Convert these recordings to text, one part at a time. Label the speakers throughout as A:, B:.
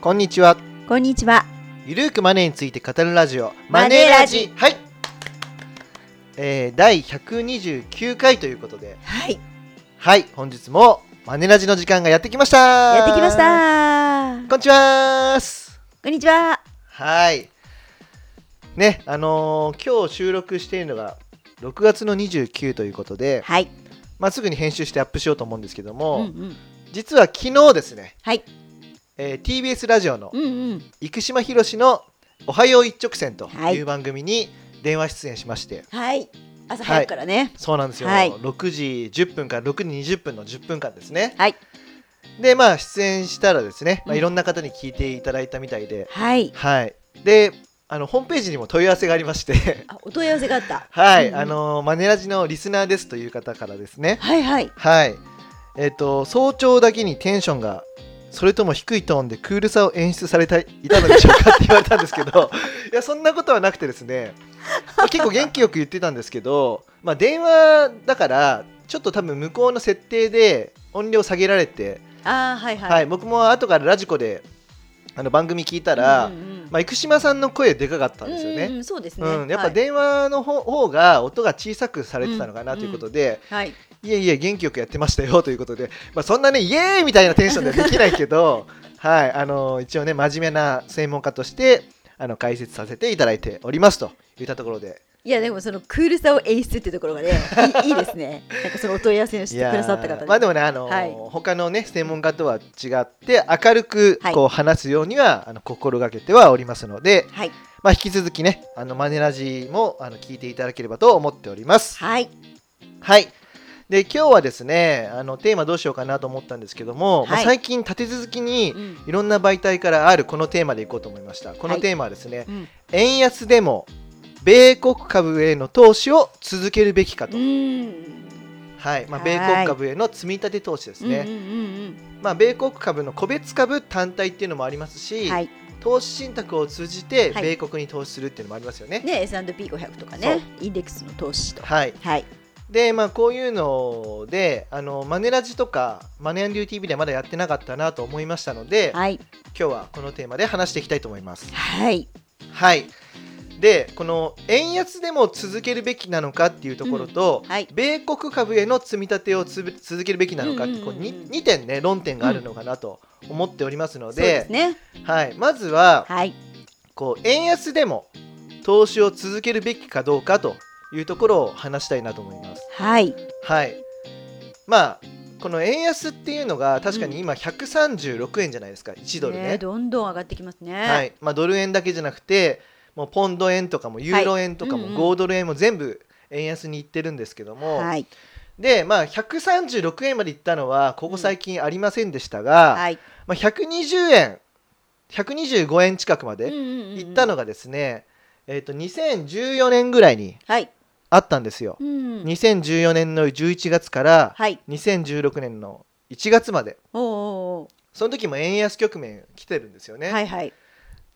A: こんにちは。
B: こんにちは。
A: ゆるーくマネーについて語るラジオ。
B: マネラジ
A: はい。えー、第129回ということで、
B: はい。
A: はい、本日もマネラジの時間がやってきました。や
B: やってきまし。た。
A: こんにちはーす。
B: こんにちは。
A: はい。ね、あのー今日収録しているのが6月の29ということで、
B: はい。
A: まあ、すぐに編集してアップしようと思うんですけど
B: うん
A: も、
B: うん。
A: 実は昨日ですね、
B: はい。
A: えー TBS ラジオの
B: うんうん。
A: 生島ひろしの「おはよう一直線」と
B: はい
A: いう番組に電話出演しまして、
B: はい。朝早くからね。
A: そうなんですよ、
B: はい
A: 6時10分から6時20分の10分間ですね
B: はい。
A: でまあ出演したらですね、まあ、
B: うん
A: いろんな方に聞いていただいたみたいで、
B: はい。
A: はいであのホームページにも問い合わせがありまして
B: あ、お問い合わせがあった。
A: はい、
B: うんうん
A: あのマネラジのリスナーですという方からですね
B: はいはい。
A: はいえっ、と早朝だけにテンションがそれとも低いトーンでクールさを演出されたいたのでしょうかって言われたんですけ どいやそんなことはなくてですね、まあ結構元気よく言ってたんですけど、まあ、電話だからちょっと多分向こうの設定で音量下げられて、
B: あー、はい
A: は
B: はいい。
A: 僕も後からラジコであの番組聞いたら、
B: うんうんうん
A: まあ、生島さんの声でかかったんですよね。
B: うんうんうんそうですね。
A: うん、やっぱ電話の方方が音が小さくされてたのかなということで、
B: はい。はい。
A: いえいえ元気よくやってましたよということで、 まあ、そんなねイエーイみたいなテンションではできないけど、 はい、あの一応ね真面目な専門家としてあの解説させていただいておりますといったところで
B: いやでもそのクールさを演出ってところ がね、いいいいですね。なんかそのお問い合わせをしてくださった方
A: いやーまあでもねあの、
B: はい
A: 他のね専門家とは違って明るく
B: はい
A: こう話すようには、あの心がけてはおりますので、
B: はい。
A: まあ、引き続きねあのマネラジもあの聞いていただければと思っております。
B: はい。
A: はい。で今日はですねあのテーマどうしようかなと思ったんですけども、まあ
B: はい
A: 最近立て続きに
B: うん
A: いろんな媒体からあるこのテーマでいこうと思いましたこの
B: はい
A: テーマはですね、
B: うん
A: 円安でも米国株への投資を続けるべきかと、
B: うん。
A: はいまあ、
B: はい
A: 米国株への積み立て投資ですね、
B: うんうん
A: まあ、米国株の個別株単体っていうのもあります
B: うんう
A: し、
B: ん。はい。
A: 投資信託を通じて
B: は
A: 米
B: い
A: 国に投資するっていうのもありますよね。
B: ね S&P500 とかね、インデックスの投資と。
A: はい、
B: はい。
A: でまあこういうのであのマネラジとかマネアンリュー TV ではまだやってなかったなと思いましたので、
B: はい。
A: 今日はこのテーマで話していきたいと思います。
B: はい。
A: はいでこの円安でも続けるべきなのかっていうところと、
B: うんはい
A: 米国株への積み立てをつぶ続けるべきなのかって、こう
B: うんうんうんうん
A: 2, 点ね論点があるのかなと思っておりますの
B: そうで
A: です
B: ね。
A: はい、まずは、
B: はい。
A: こう円安でも投資を続けるべきかどうかというところを話したいなと思います。
B: はい。
A: はい。まあこの円安っていうのが確かに今136円じゃないですか、1ドルね。
B: どんどん上がってきますね。。
A: はいい。まあドル円だけじゃなくて、もうポンド円とかもユーロ円とかも
B: うんうん
A: 5ドル円も全部円安にいってるんですけども、
B: はい。
A: でまあ136円までいったのはここ最近ありませんでしたが、
B: はい。
A: まあ120円、125円近くまで
B: 行
A: 行ったの。がですね、えー、と2014年ぐらいに
B: はい。
A: あったんですよ。
B: うん。
A: 2014年の11月から
B: はい。
A: 2016年の1月まで
B: おおー
A: その時も円安局面来てるんですよ
B: お
A: ね。
B: ー。はいはい。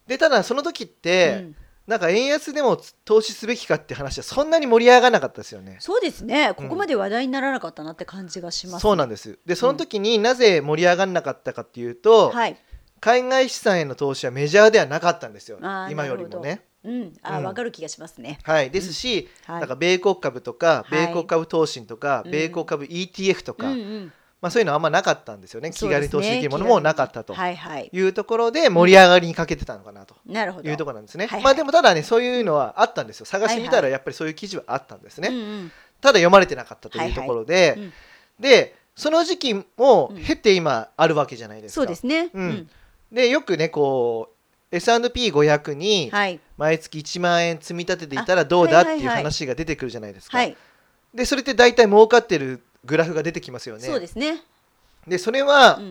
A: でただその時って、
B: うん
A: なんか円安でも投資すべきかって話はそんなに盛り上がらなかったですよね。
B: そうですね。ここまで話題にならなかったなって感じがします。
A: そうなんですでその時になぜ盛り上がらなかったかっていうと、
B: はい。
A: 海外資産への投資はメジャーではなかったんですよ
B: あー
A: 今よりも
B: なる
A: ね。
B: うん。あ
A: う
B: ー、
A: ん
B: わかる気がしますね。
A: はい、ですし、
B: はい。
A: なんか米国株とか
B: はい
A: 米国株投信とか、
B: うん
A: 米国株 ETF とか、
B: うんうん。
A: まあ、そういうのはあんまなかったんですよね気
B: そう
A: 軽
B: です
A: に
B: ね
A: 投資できるものもなかったと
B: はいはい。
A: いうところで盛り上がりにかけてたのかなと
B: なるほど。
A: いうところなんですね、
B: はいはい
A: まあ、でもただねそういうのはあったんですよ探してみた
B: はいは
A: らやっぱりそういう記事はあったんですね、
B: うんうん。
A: ただ読まれてなかったというところで、
B: いうん
A: でその時期も経て今あるわけじゃないですか、
B: そうですね。
A: うん。でよくねこう S&P500 に
B: はい。
A: 毎月1万円積み立てていたらどうだっ
B: あはい
A: てい
B: はい
A: う
B: はい
A: 話が出てくるじゃないですか、
B: はい。
A: でそれって大体儲かってるグラフが出てきますよね。
B: そうですね。
A: でそれは、
B: うん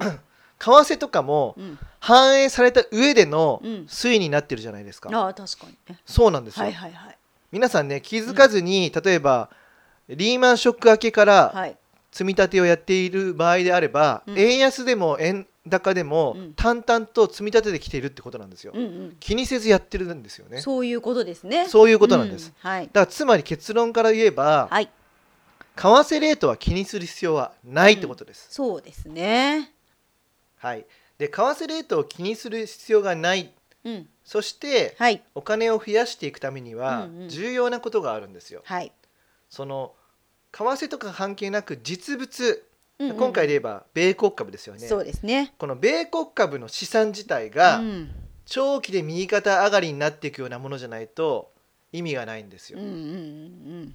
A: 為替とかも
B: うん。
A: 反映された上での
B: うん
A: 推移になってるじゃないですか。
B: ああ、確かにね。
A: そうなんですよ、
B: はいはいはい。
A: 皆さんね気づかずに、例えばリーマンショック明けから
B: はい。
A: 積み立てをやっている場合であれば、
B: うん
A: 円安でも円高でも、
B: うん
A: 淡々と積み立ててきているってことなんですよ。
B: うんうん。
A: 気にせずやってるんですよね。そ
B: そういうことですね。
A: ういうことなんです。
B: うん。はい。
A: だからつまり結論から言えば、
B: はい。
A: 為替レートは気にする必要はないってことです。
B: そうですね。
A: はい、で為替レートを気にする必要がない
B: うん、
A: そして
B: はい、
A: お金を増やしていくためには
B: うんうん
A: 重要なことがあるんですよ。
B: はい、
A: その為替とか関係なく実物、
B: うんうん
A: 今回で言えば米国株ですよね。
B: そうですね。
A: この米国株の資産自体
B: う
A: が
B: ん、
A: 長期で右肩上がりになっていくようなものじゃないと意味がないんです
B: うん、
A: よ。
B: うん、
A: 為
B: うん、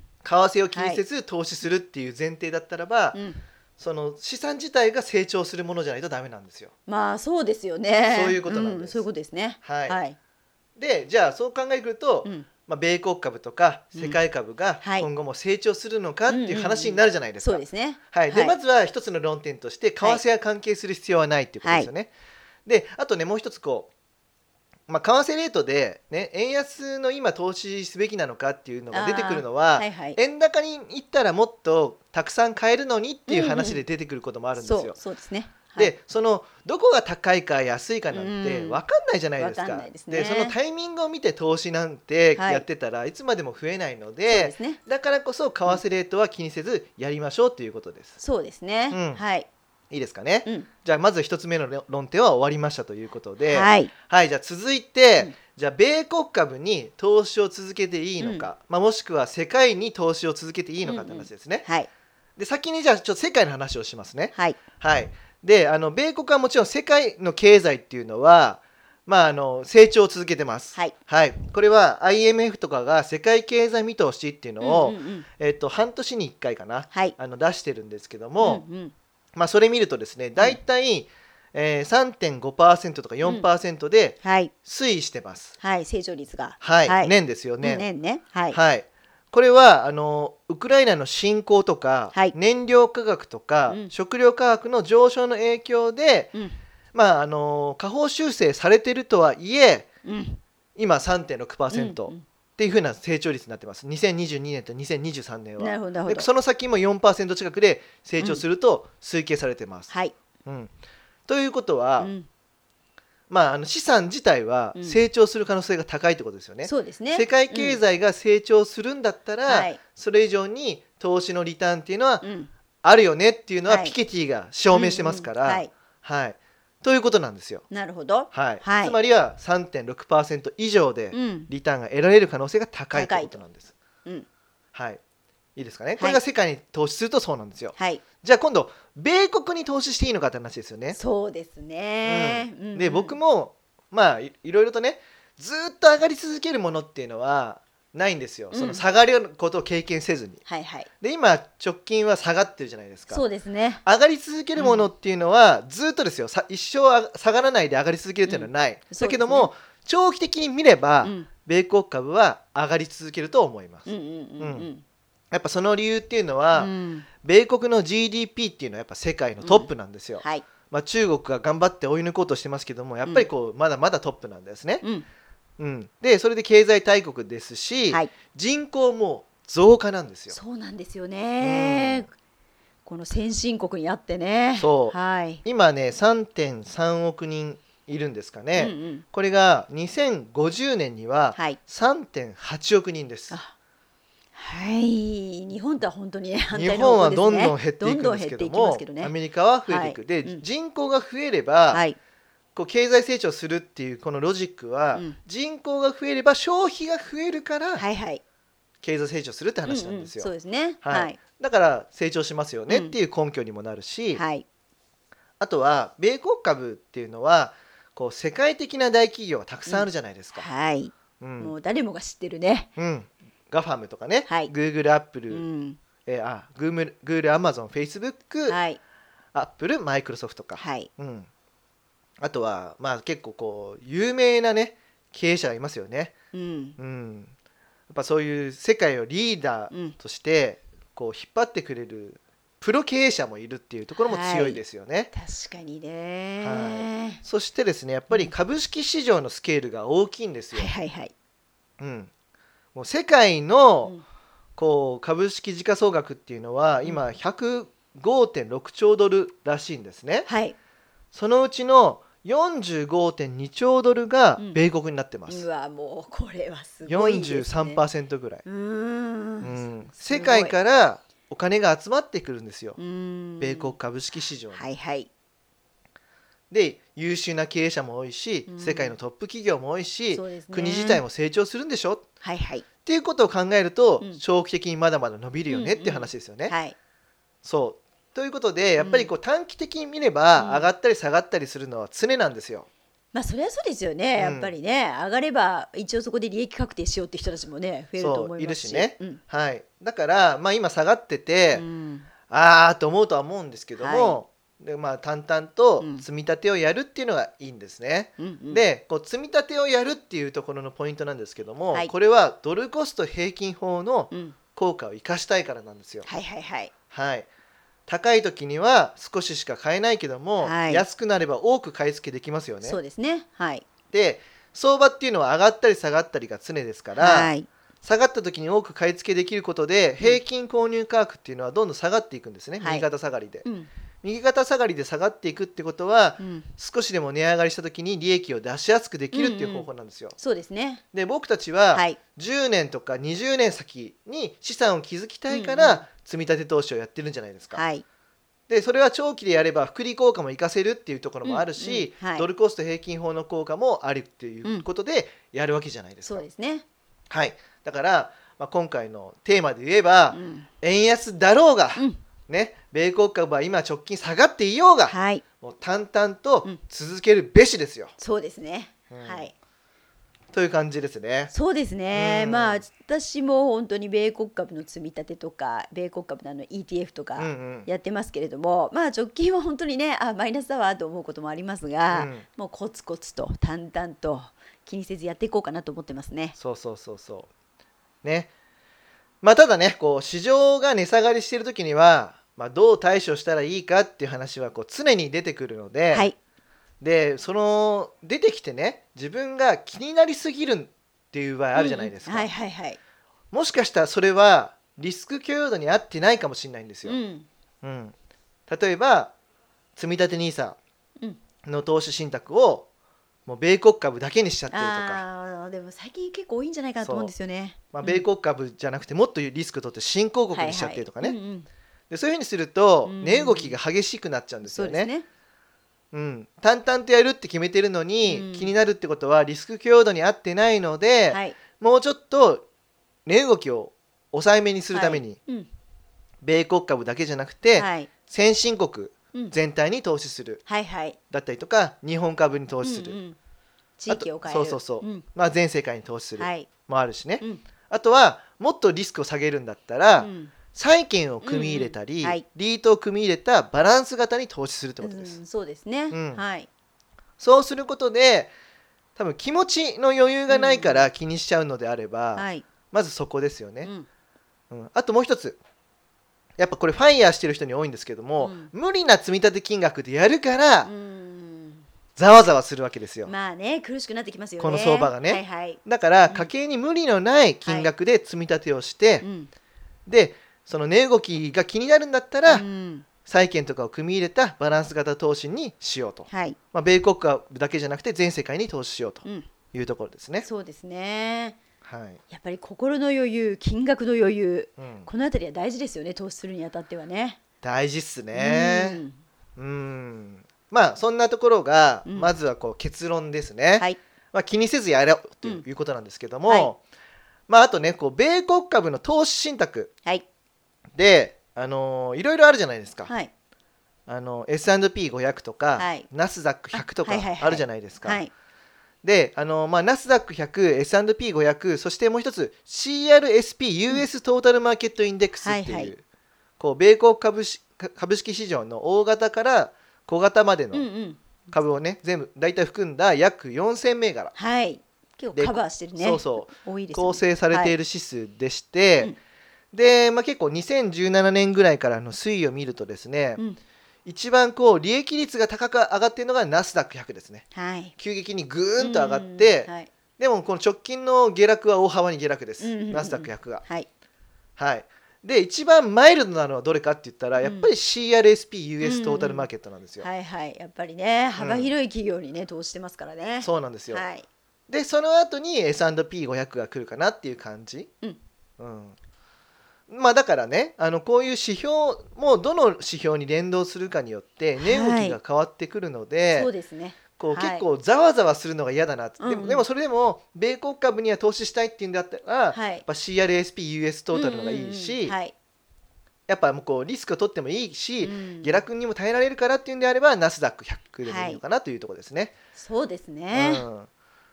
A: 替を気にせず投資するっていう前提だったらば、
B: うん、うん、
A: その資産自体が成長するものじゃないとダメなんですよ。
B: まあ、そうですよね。
A: そういうことなんです
B: そういうことですね。
A: はい
B: はい、
A: でじゃあそう考えてくると、
B: うん、
A: まあ、米国株とか
B: うん
A: 世界株が
B: はい
A: 今後も成長するのかっていう話になるじゃないですか。
B: そうですね。
A: はい、で
B: はい
A: まずは一つの論点として為替は関係する必要はないっていうことですよね。であとねもう一つこう、まあ、為替レートで、ね、円安の今投資すべきなのかっていうのが出てくるのは、
B: はい、はい。
A: 円高に行ったらもっとたくさん買えるのにっていう話で出てくることもあるんですよ。
B: そう、そうですね。はい、
A: でそのどこが高いか安いかなんて
B: う
A: 分
B: ん
A: かんないじゃないですか。
B: わかんないですね
A: そのタイミングを見て投資なんて
B: はい
A: やってたらいつまでも増えないの
B: そう
A: で,、
B: ですね。
A: だからこそ為替レートは気にせずやりましょうということです。
B: そうです
A: う
B: ね
A: ん。
B: はい、
A: いいですかね、
B: うん、
A: じゃあまず一つ目の論論点は終わりましたということで、はい
B: はい、
A: じゃあ続いて、
B: うん
A: じゃあ米国株に投資を続けていいのか、まあ、もしくは世界に投資を続けていいのかって話ですね。
B: はい、
A: で先にじゃあちょっと世界の話をしますね。
B: はい、
A: はい、であの米国はもちろん世界の経済っていうのは、まあ、あの成長を続けてます、
B: はい。
A: これは IMF とかが世界経済見通しっていうのを、
B: うんうんうん
A: えっと半年に1回かな
B: はい。
A: あの出してるんですけども、
B: うんうん
A: まあ、それ見るとですね大体、えー、3.5%とか4%で
B: はい、
A: 推移してます、
B: はい、成長率が。
A: はい
B: はい
A: 年ですよね。
B: ね、ね、はい、
A: はい、これはあのウクライナの侵攻とか、
B: はい
A: 燃料価格とか、
B: うん
A: 食料価格の上昇の影響で、
B: うん、
A: まあ、あの下方修正されてるとはいえ
B: うん、
A: 今
B: う
A: 3.6%っ
B: ん
A: ていうふうな成長率になってます2022年と2023年
B: な
A: は。
B: るほど、なるほ
A: で
B: ど。
A: その先も4%近くで成長すると推計されてます。
B: はい、
A: うんということは、
B: うん
A: まあ、あの資産自体は
B: うん
A: 成長する可能性が高いってことですよね。
B: そうですね。
A: 世界経済が成長するんだったら、
B: うんはい
A: それ以上に投資のリターンっていうのは
B: うん
A: あるよねっていうのは
B: はい
A: ピケティが証明してますから、
B: うんうん
A: は
B: はいい、
A: ということなんですよ。
B: なるほど。
A: はい
B: はい
A: つまりは3.6%以上で
B: うん、
A: リターンが得られる可能性が高いと
B: 高
A: いう
B: い
A: ことなんです。
B: うん、
A: はい、いいですかね、これが世界に投資するとそうなんですよ。
B: はい、
A: じゃあ今度米国に投資していいのかって話ですよね。
B: そうですね。
A: う
B: うんん
A: で僕、もまあいいろいろとねずーっと上がり続けるものっていうのはないんですよ、
B: うん
A: その下がることを経験せずに
B: はいはい、
A: で今直近は下がってるじゃないですか
B: そうですね。
A: 上がり続けるものっていうのは、ずーっとですよさ一生あ下がらないで上がり続けるっていうのはない、
B: ですね
A: だけども、長期的に見れば、
B: うん、
A: 米国株は上がり続けると思います、
B: うん、うん、うん、
A: やっぱその理由っていうの
B: う
A: は、
B: ん、
A: 米国の GDP っていうのはやっぱ世界のトップなんですよ、
B: はい、
A: まあ、中国が頑張って追い抜こうとしてますけどもやっぱりこう、まだまだトップなんですね。
B: うん、
A: うん、でそれで経済大国ですし、
B: はい、
A: 人口も増加なんですよ。
B: そうなんですよね。この先進国にあってね。
A: そう
B: はい。
A: 今ね3.3億人いるんですかね、
B: うんうん、
A: これが2050年には
B: はい。
A: 3.8億人です。
B: あはい、日本とは本当にね反
A: 日
B: 対の
A: 本は
B: 方向ですね
A: どんどん減っていくんですけ
B: どんどん減っ
A: ど
B: ていきま
A: も
B: すけどね。
A: アメリカは増えていく、
B: はい
A: で、
B: うん
A: 人口が増えれば、
B: はい、
A: こう経済成長するっていうこのロジックは、
B: うん
A: 人口が増えれば消費が増えるから
B: はい、はい。
A: 経済成長するって話なんですよ。
B: うんうんそうですね。
A: はい
B: はい。
A: だから成長しますよねっ
B: うん
A: ていう根拠にもなるし、
B: はい。
A: あとは米国株っていうのはこう世界的な大企業がたくさんあるじゃないですか。
B: はい。
A: うん
B: もう誰もが知ってるね。
A: うんガファムとかね、
B: はい
A: グー Google、Apple、
B: うん。
A: えーあ Google、Google、Amazon、Facebook、
B: はい。
A: Apple、Microsoft とか、
B: はい。
A: うん、あとはまあ結構こう有名なね経営者がいますよね。
B: うん。
A: うん、やっぱそういう世界をリーダーとしてこう引っ張ってくれるプロ経営者もいるっていうところも強いですよね。
B: 確かにね。
A: そしてですねやっぱり株式市場のスケールが大きいんですよ
B: はい。はいはい。
A: うん、もう世界の、
B: うん
A: こう株式時価総額っていうのは今105.6兆ドルらしいんですね。
B: はい。
A: そのうちの45.2兆ドルが
B: うん
A: 米国になってま
B: う
A: す。
B: わもうこれはすごいですね。
A: 43%ぐらい。
B: う
A: う
B: ーん。
A: ん、
B: すごい
A: 世界からお金が集まってくるんですよ。
B: うん。
A: 米国株式市場に。
B: はいはい。
A: で優秀な経営者も多いし、
B: うん
A: 世界のトップ企業も多いし、
B: そうですね
A: 国自体も成長するんでしょっ
B: はいはい
A: ていうことを考えると、
B: うん
A: 長期的にまだまだ伸びるよねっていう話ですよね。
B: はい
A: そうということでやっぱりこう短期的に見れば
B: うん
A: 上がったり下がったりするのは常なんですよ。
B: まあそりゃそうですよね、
A: うん
B: やっぱりね上がれば一応そこで利益確定しようって人たちもね増えると思いますし
A: そういるしね
B: うん
A: はい、だから、まあ、今下がってて、
B: うん
A: あーと思うとは思うんですけども、でまあ、淡々と
B: うん
A: 積み立てをやるっていうのがいいんですね。
B: うんうん
A: でこう積み立てをやるっていうところのポイントなんですけども、
B: はい
A: これはドルコスト平均法の
B: うん
A: 効果を生かしたいからなんですよ。
B: はいはいはい
A: はい、高い時には少ししか買えないけども、
B: はい
A: 安くなれば多く買い付けできますよね
B: そ。うですねはい
A: で相場っていうのは上がったり下がったりが常ですから、
B: はい
A: 下がった時に多く買い付けできることで平均購入価格っていうのはどんどん下がっていくんですね、
B: はい
A: 右肩下がりで、
B: うん
A: 右肩下がりで下がっていくってことは
B: うん
A: 少しでも値上がりした時に利益を出しやすくできるっていう方法なんですよ、
B: そうですね
A: で僕たち
B: は
A: はい10年とか20年先に資産を築きたいか
B: うんう
A: ら積み立て投資をやってるんじゃないですか、
B: はい
A: でそれは長期でやれば福利効果も活かせるっていうところもあるし、
B: うんうんはい
A: ドルコスト平均法の効果もあるっていうことでやるわけじゃないです
B: そ
A: か、
B: うですね
A: はい、だから、まあ、今回のテーマで言えば、
B: うん
A: 円安だろうが、
B: うん
A: ね、米国株は今直近下がっていようが、
B: はい
A: もう淡々と
B: うん
A: 続けるべしですよ。
B: そうですね
A: うん
B: はい
A: という感じですね。
B: そうですね、
A: うん
B: まあ私も本当に米国株の積み立てとか米国株のあの ETF と
A: うんう
B: か
A: ん
B: やってますけれども、まあ直近は本当にねあマイナスだわと思うこともありますが、
A: うん
B: もうコツコツと淡々と気にせずやっていこうかなと思ってますね。
A: そうそうそうそう。ね。まあ、ただね、こう市場が値下がりしている時には、まあ、どう対処したらいいかっていう話はこう常に出てくるので、
B: はい、
A: でその出てきてね自分が気になりすぎるっていう場合あるじゃないですか、
B: うんはいはいはい。
A: もしかしたらそれはリスク許容度に合ってないかもしれないんですよ
B: う、ん
A: うん、例えば積立 NISA
B: うん。
A: の投資信託をもう米国株だけにしちゃってるとか、
B: ああでも最近結構多いんじゃないかなと思うんですよね。
A: まあ、米国株じゃなくてもっとリスク取って新興国にしちゃってるとかね、
B: はいはいうんうん
A: でそういうふうにすると
B: うん
A: 値動きが激しくなっちゃうんです
B: そ
A: よ
B: う
A: ね
B: ですね。
A: うん、淡々とやるって決めてるのに、
B: うん
A: 気になるってことはリスク許容度に合ってないので、
B: はい。
A: もうちょっと値動きを抑えめにするために、
B: うん。
A: 米国株だけじゃなくて、
B: はい。
A: 先進国
B: うん
A: 全体に投資する
B: はいはい。
A: だったりとか日本株に投資する、
B: うんうん地域を変え
A: あ
B: る。
A: とそうそうそう、
B: ん
A: まあ、全世界に投資する
B: はい。
A: もあるしね、
B: うん
A: あとはもっとリスクを下げるんだったら、
B: うん
A: 債券を組み入れたり、
B: うんはい
A: リートを組み入れたバランス型に投資するってことです、
B: うんそうですね。
A: ん
B: はい。
A: そうすることで多分気持ちの余裕がないから気にしちゃうのであれば、
B: はい。
A: まずそこですよね、
B: うん
A: うん、あともう一つやっぱこれファイヤーしてる人に多いんですけども、
B: うん
A: 無理な積み立て金額でやるから、
B: うん
A: ざわざわするわけですよ、
B: まあね苦しくなってきますよね。
A: この相場がね
B: はいはい。
A: だから
B: ん
A: 家計に無理のない金額で積み立てをして、
B: うん
A: でその値動きが気になるんだったら、
B: うん
A: 債券とかを組み入れたバランス型投資にしようと、
B: はい。
A: まあ、米国株だけじゃなくて全世界に投資しようと
B: うん
A: いうところですね、
B: そうですね。
A: はい
B: やっぱり心の余裕、金額の余裕、
A: うん、
B: このあたりは大事ですよね、投資するにあたってはね。
A: 大事っすね
B: うん
A: うんまあそんなところが、
B: うん
A: まずはこう結論ですね、
B: はい、
A: まあ、気にせずやろうということなんですけども、
B: うんはい
A: まあ、あとねこう米国株の投資信託
B: はい、
A: で、あのーいろいろあるじゃないですか、
B: はい、
A: あの S&P500 とか、
B: はい
A: ナスダック100とか
B: あはいはいはい
A: あるじゃないですか、
B: はい、
A: で、あのーまあ、ナスダック 100S&P500 そしてもう一つ CRSPUS トータルマーケットインデックスっていう,、
B: はいはい
A: こう米国株式株式市場の大型から小型まで
B: うんう
A: の
B: ん、
A: 株をね、全部大体含んだ約4000銘柄、
B: はい、結構
A: で
B: カバーしてるね。
A: そうそう
B: 多いですよね
A: 構成されている指数でして、
B: はいうん
A: で、まあ、結構2017年ぐらいからの推移を見るとですね、
B: うん
A: 一番こう利益率が高く上がっているのがナスダック100ですね
B: はい、はい、
A: 急激にぐーんと上がって、
B: うんはい、
A: でもこの直近の下落は大幅に下落です、
B: うんうんうんうん
A: ナスダック100が
B: はい、
A: はいで一番マイルドなのはどれかって言ったら、
B: うん
A: やっぱり CRSPUS トータルマーケットなんですよ、
B: はい、はい、やっぱりね、幅広い企業にね、投資してますからね。
A: そうなんですよ、
B: はい、
A: でその後に S&P500 が来るかなっていう感じ、
B: うん
A: うんまあだからねあのこういう指標もどの指標に連動するかによって値動きが変わってくるので、
B: そうですね。
A: こう
B: はい
A: 結構ざわざわするのが嫌だなって、
B: うんうん
A: でもでもそれでも米国株には投資したいっていうんだったら、
B: はい
A: やっぱ CRSPUS トータルのがいいし、
B: うんうんうんはい。
A: やっぱもうこうリスクを取ってもいいし、
B: うん
A: 下落にも耐えられるからっていうんであればナスダック100でもいいのかなというところですね。
B: そうですね。
A: うん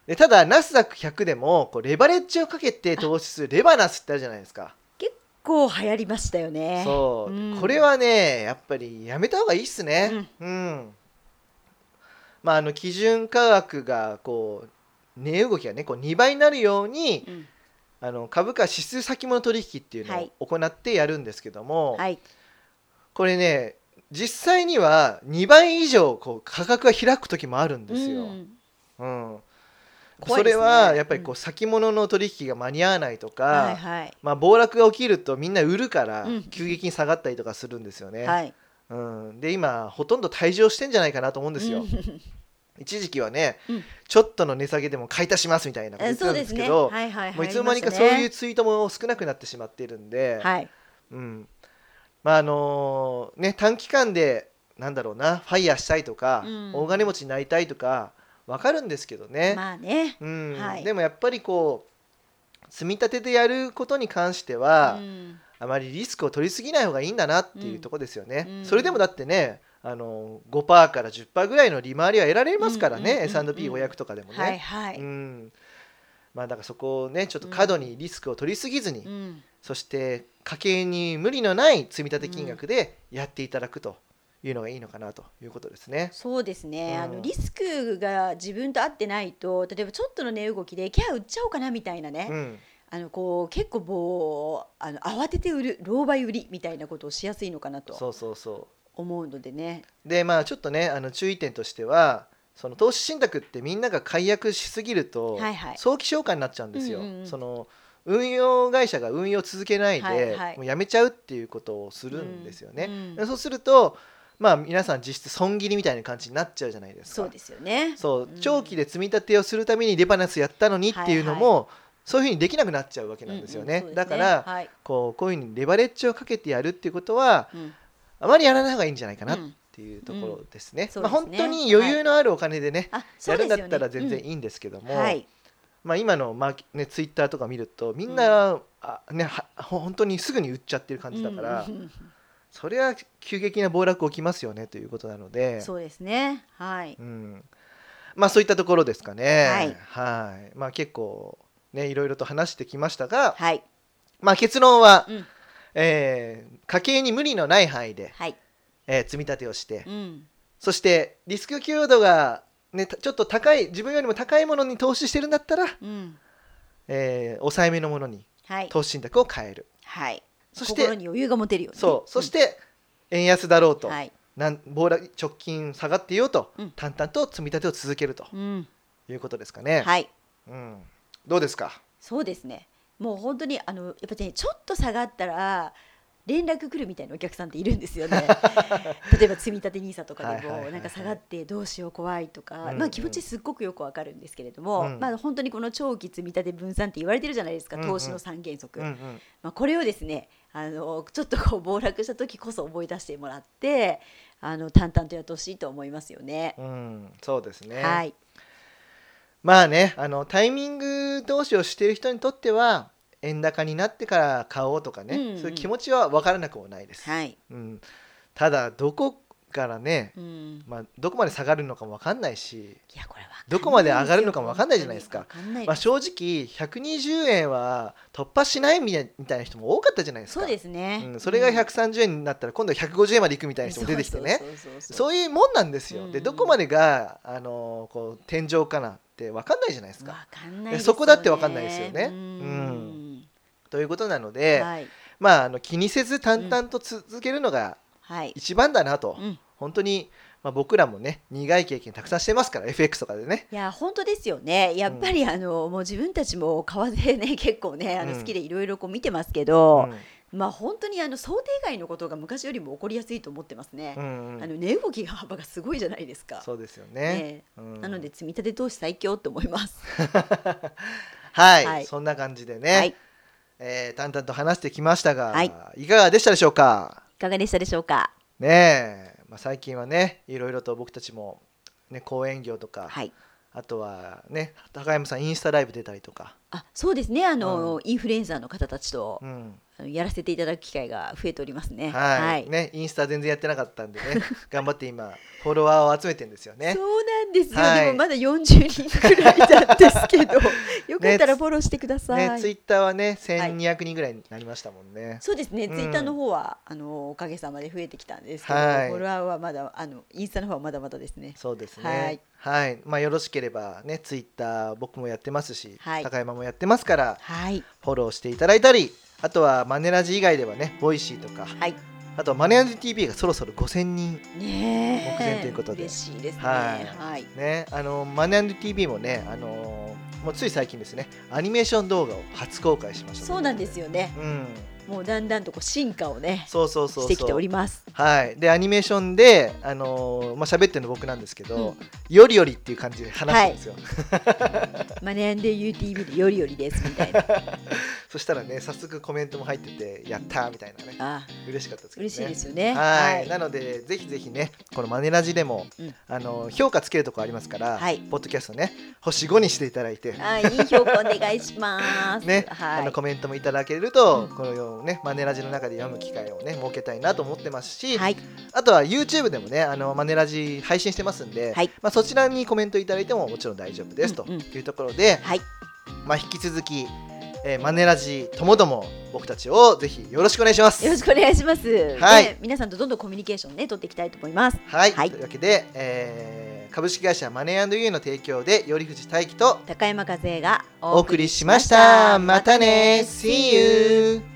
A: でただナスダック100でもこうレバレッジをかけて投資するレバナスってあるじゃないですか。
B: 結構流行りましたよね。
A: そう、
B: うん
A: これはねやっぱりやめた方がいいっすねうん、まああの基準価格がこう値動きがねこう2倍になるように
B: うん。
A: あの株価指数先物取引っていう
B: は
A: の
B: い
A: を行ってやるんですけども、
B: はい。
A: これね実際には2倍以上こう価格が開く時もあるんですよ、
B: う
A: うん
B: ん怖
A: そ
B: いですね
A: れはやっぱりこ
B: う
A: う先物の取引が間に合わないとか、
B: はいはい。
A: まあ、暴落が起きるとみんな売るから
B: うん
A: 急激に下がったりとかするんですよね。
B: はい。
A: うん、で今ほとんど退場してんじゃないかなと思うんですよ。
B: うん
A: 一時期はね、
B: うん
A: ちょっとの値下げでも買い足しますみたいなこと言
B: え
A: ってた
B: そうん
A: で
B: ですす
A: け
B: ね。
A: ど
B: はいはい。
A: もういつの間にか
B: 流
A: そう
B: 行り
A: い
B: ま
A: うツイートも少なくなってしまっているんで、
B: したねはい。
A: うん、まああのね短期間でなんだろうなファイヤーしたいとか、
B: うん
A: 大金持ちになりたいとかわかるんですけどね、
B: まあね。
A: うん
B: はい
A: でもやっぱりこう積み立てでやることに関して
B: う
A: は、
B: ん。
A: あまりリスクを取りすぎない方がいいんだなっていうとこですよね。
B: うんうん
A: それでもだってねあの5%から10%ぐらいの利回りは得られますからね、
B: うんうんうんうん
A: S&P500 とかでもね。。
B: はいはいう
A: んまあ、だからそこをねちょっと過度にリスクを取りすぎずに、
B: うん。
A: そして家計に無理のない積立金額でやっていただくというのがいいのかなということですね。
B: そうですね、あ
A: うん
B: のリスクが自分と合ってないと例えばちょっとの値動きでキャー売っちゃおうかなみたいなね、
A: うん、
B: あのこう結構もうあの慌てて売る狼狽売りみたいなことをしやすいのかなと
A: そうそうそ
B: 思うのでね
A: うでまあちょっとねあの注意点としてはその投資信託ってみんなが解約しすぎると、
B: はいはい
A: 早期消化になっちゃうんですよ。
B: うんうんうん
A: その運用会社が運用続けないで、
B: はいはい
A: もうやめちゃうっていうことをするんですよ
B: う
A: ね。
B: ん
A: でそうするとまあ皆さん実質損切りみたいな感じになっちゃうじゃないですか。
B: そうですよね
A: そう
B: うん
A: 長期で積み立てをするためにレバナスやったのにっていうのも、そういうふうにできなくなっちゃうわけなんですよね。
B: ううそう
A: だから、
B: はい
A: こうこういうふうにレバレッジをかけてやるっていうことは
B: うん
A: あまりやらない方がいいんじゃないかなっ
B: うん
A: ていうところですね。
B: うんう
A: ま
B: ん
A: あ、
B: そう
A: 本
B: です
A: 当
B: ね
A: に余裕のあるお金でね、
B: あ
A: や
B: そう
A: る
B: で
A: ん
B: す
A: だ
B: よ
A: ったら全然
B: ね
A: いいんですけども、
B: うんはい
A: まあ、今の、まあね、ツイッターとか見るとみんな、あね、はほ本当にすぐに売っちゃってる感じだから、
B: うんうん
A: それは急激な暴落起きますよねということなので。
B: そうですねはい、
A: うん、まあそういったところですかね。
B: はい
A: はいまあ結構ねいろいろと話してきましたが、
B: はい
A: まあ結論は、
B: うん
A: えー家計に無理のない範囲で、
B: はい
A: えー積み立てをして、
B: うん
A: そしてリスク許容度がねたちょっと高い自分よりも高いものに投資してるんだったら、
B: うん
A: えー抑えめのものに
B: はい
A: 投資信託を変える。
B: はい
A: そして
B: 心に余裕が持てるようにね
A: そう、そして円安だろうと、
B: うんはい
A: なん暴落直近下がっていようと、
B: うん
A: 淡々と積み立てを続けると
B: うん
A: いうことですかね。
B: はい
A: うん、どうですか。
B: そうですね。もう本当にあのやっぱねちょっと下がったら連絡来るみたいなお客さんっているんです よね。例えば積み立て NISA とかで
A: はいはいはいは
B: も
A: い
B: なんか下がってどうしよう怖いとか、
A: うんうん
B: まあ気持ちすっごくよくわかるんですけれども、
A: うん
B: まあ本当にこの長期積み立て分散って言われてるじゃないですか
A: うんうん
B: 投資の三原則。
A: うんうん
B: まあこれをですねあのちょっとこう暴落した時こそ思い出してもらってあの淡々とやってほしいと思いますよね。
A: うん、そうですね、
B: はい。
A: まあねあのタイミング投資をしている人にとっては円高になってから買おうとかね、
B: うんうん
A: そういう気持ちは分からなくもないです、
B: はい。
A: うん、ただどこからね、
B: うん。
A: まあ、どこまで下がるのかも分かんないし、
B: いやこれわかんないですよ
A: どこまで上がるのかもわかんないじゃないですか
B: わんない
A: まあ、正直120円は突破しないみたいみたいな人も多かったじゃないですか
B: そうですね、
A: うん、それが130円になったら今度は150円までいくみたいな人も出てきてね
B: そうそうそうそう
A: そういうもんなんですよ、
B: うんう
A: で
B: ん
A: どこまでが、あのこう天井かなって分かんないじゃないですか、
B: わかんないですよね
A: そこだってわかんないですよね
B: う
A: うん
B: ん
A: ということなので、
B: はい
A: まあ、あの気にせず淡々と続けるのが
B: はい、
A: 一番だなと、
B: うん、い
A: 本当に、まあ、僕らもね苦い経験たくさんしてますから FX とかでね。
B: や本当ですよねやっぱり、あのもう自分たちも為替ね 結構ねあの
A: うん
B: 好きでいろいろこう見てますけ
A: う
B: ど、
A: ん
B: まあ本当にあの想定外のことが昔よりも起こりやすいと思ってますね、
A: うん
B: あの値動きが幅がすごいじゃないですか
A: そうですよね。うん
B: なので積み立て投資最強って思います、
A: はい、
B: はい
A: そんな感じでね、
B: はい
A: えー淡々と話してきましたが、
B: はいい、
A: かがでしたでしょうか
B: いかがでしたでしょうか。
A: ねえ、まあ、最近はねいろいろと僕たちも、ね、講演業とか、
B: はい。
A: あとはね高山さんインスタライブ出たりとか、
B: あ、そうですね。あの、
A: う
B: インフルエンサーの方たちと
A: う、ん
B: あのやらせていただく機会が増えておりますね。
A: はいね、インスタ全然やってなかったんでね頑張って今フォロワーを集めてんですよね。
B: そうなんですよ、
A: はい
B: でもまだ40人くらいなんですけどよかったらフォローしてください、
A: ね、ツイッターはね1200人ぐらいになりましたもんね。
B: そうですね、
A: うん
B: ツイッターの方はあのおかげさまで増えてきたんですけど、
A: はい
B: フォロワーはまだあのインスタの方はまだまだですね
A: そうですね。は
B: はいい、
A: まあよろしければね、ツイッター僕もやってますし、
B: はい
A: 高山もやってますから
B: はい
A: フォローしていただいたり、あとはマネラジ以外ではね、ボイシーとか、
B: はい
A: あとはマネラジ TV がそろそろ5000人
B: ねえ
A: 目前ということで
B: 嬉しいですね
A: はい
B: はい、
A: ね、あのマネラジ TV もね、あのもうつい最近ですね、アニメーション動画を初公開しました。
B: そうなんですよね
A: うん、
B: もうだんだんとこう進化をね
A: そうそうそうそう。
B: してきております
A: はい、でアニメーションで、あのまあ喋ってるの僕なんですけど、
B: うん
A: よりよりっていう感じで話してるんですよ、
B: マネー &UTV でよりよりですみたいな
A: そしたらね早速コメントも入っててやったーみたい なね
B: あ
A: 嬉しかったですけどね
B: 嬉しいですよね
A: はい、
B: は
A: なのでぜひぜひねこのマネラジでも、
B: うん
A: あの評価つけるとこありますから、
B: はい
A: ポッドキャストね星5にしていただいて、
B: いはいいい評価お願いします
A: ね
B: は
A: あ
B: い
A: のコメントもいただけると、
B: う
A: このようねマネラジの中で読む機会をね設けたいなと思ってますし、
B: はい
A: あとは YouTube でもねあのマネラジ配信してますんで、
B: はい
A: まあ、そちらにコメントいただいてももちろん大丈夫ですと
B: うんうん
A: いうところで、
B: はい
A: まあ、引き続き、えーマネラジともども僕たちをぜひよろしくお願いします。
B: よろしくお願いします。
A: はい
B: ね皆さんとどんどんコミュニケーションね取っていきたいと思います。
A: はい、
B: はい
A: というわけで、えー株式会社マネーユーの提供でより富士大輝と
B: 高山和恵が
A: お送りしました。またね !See you!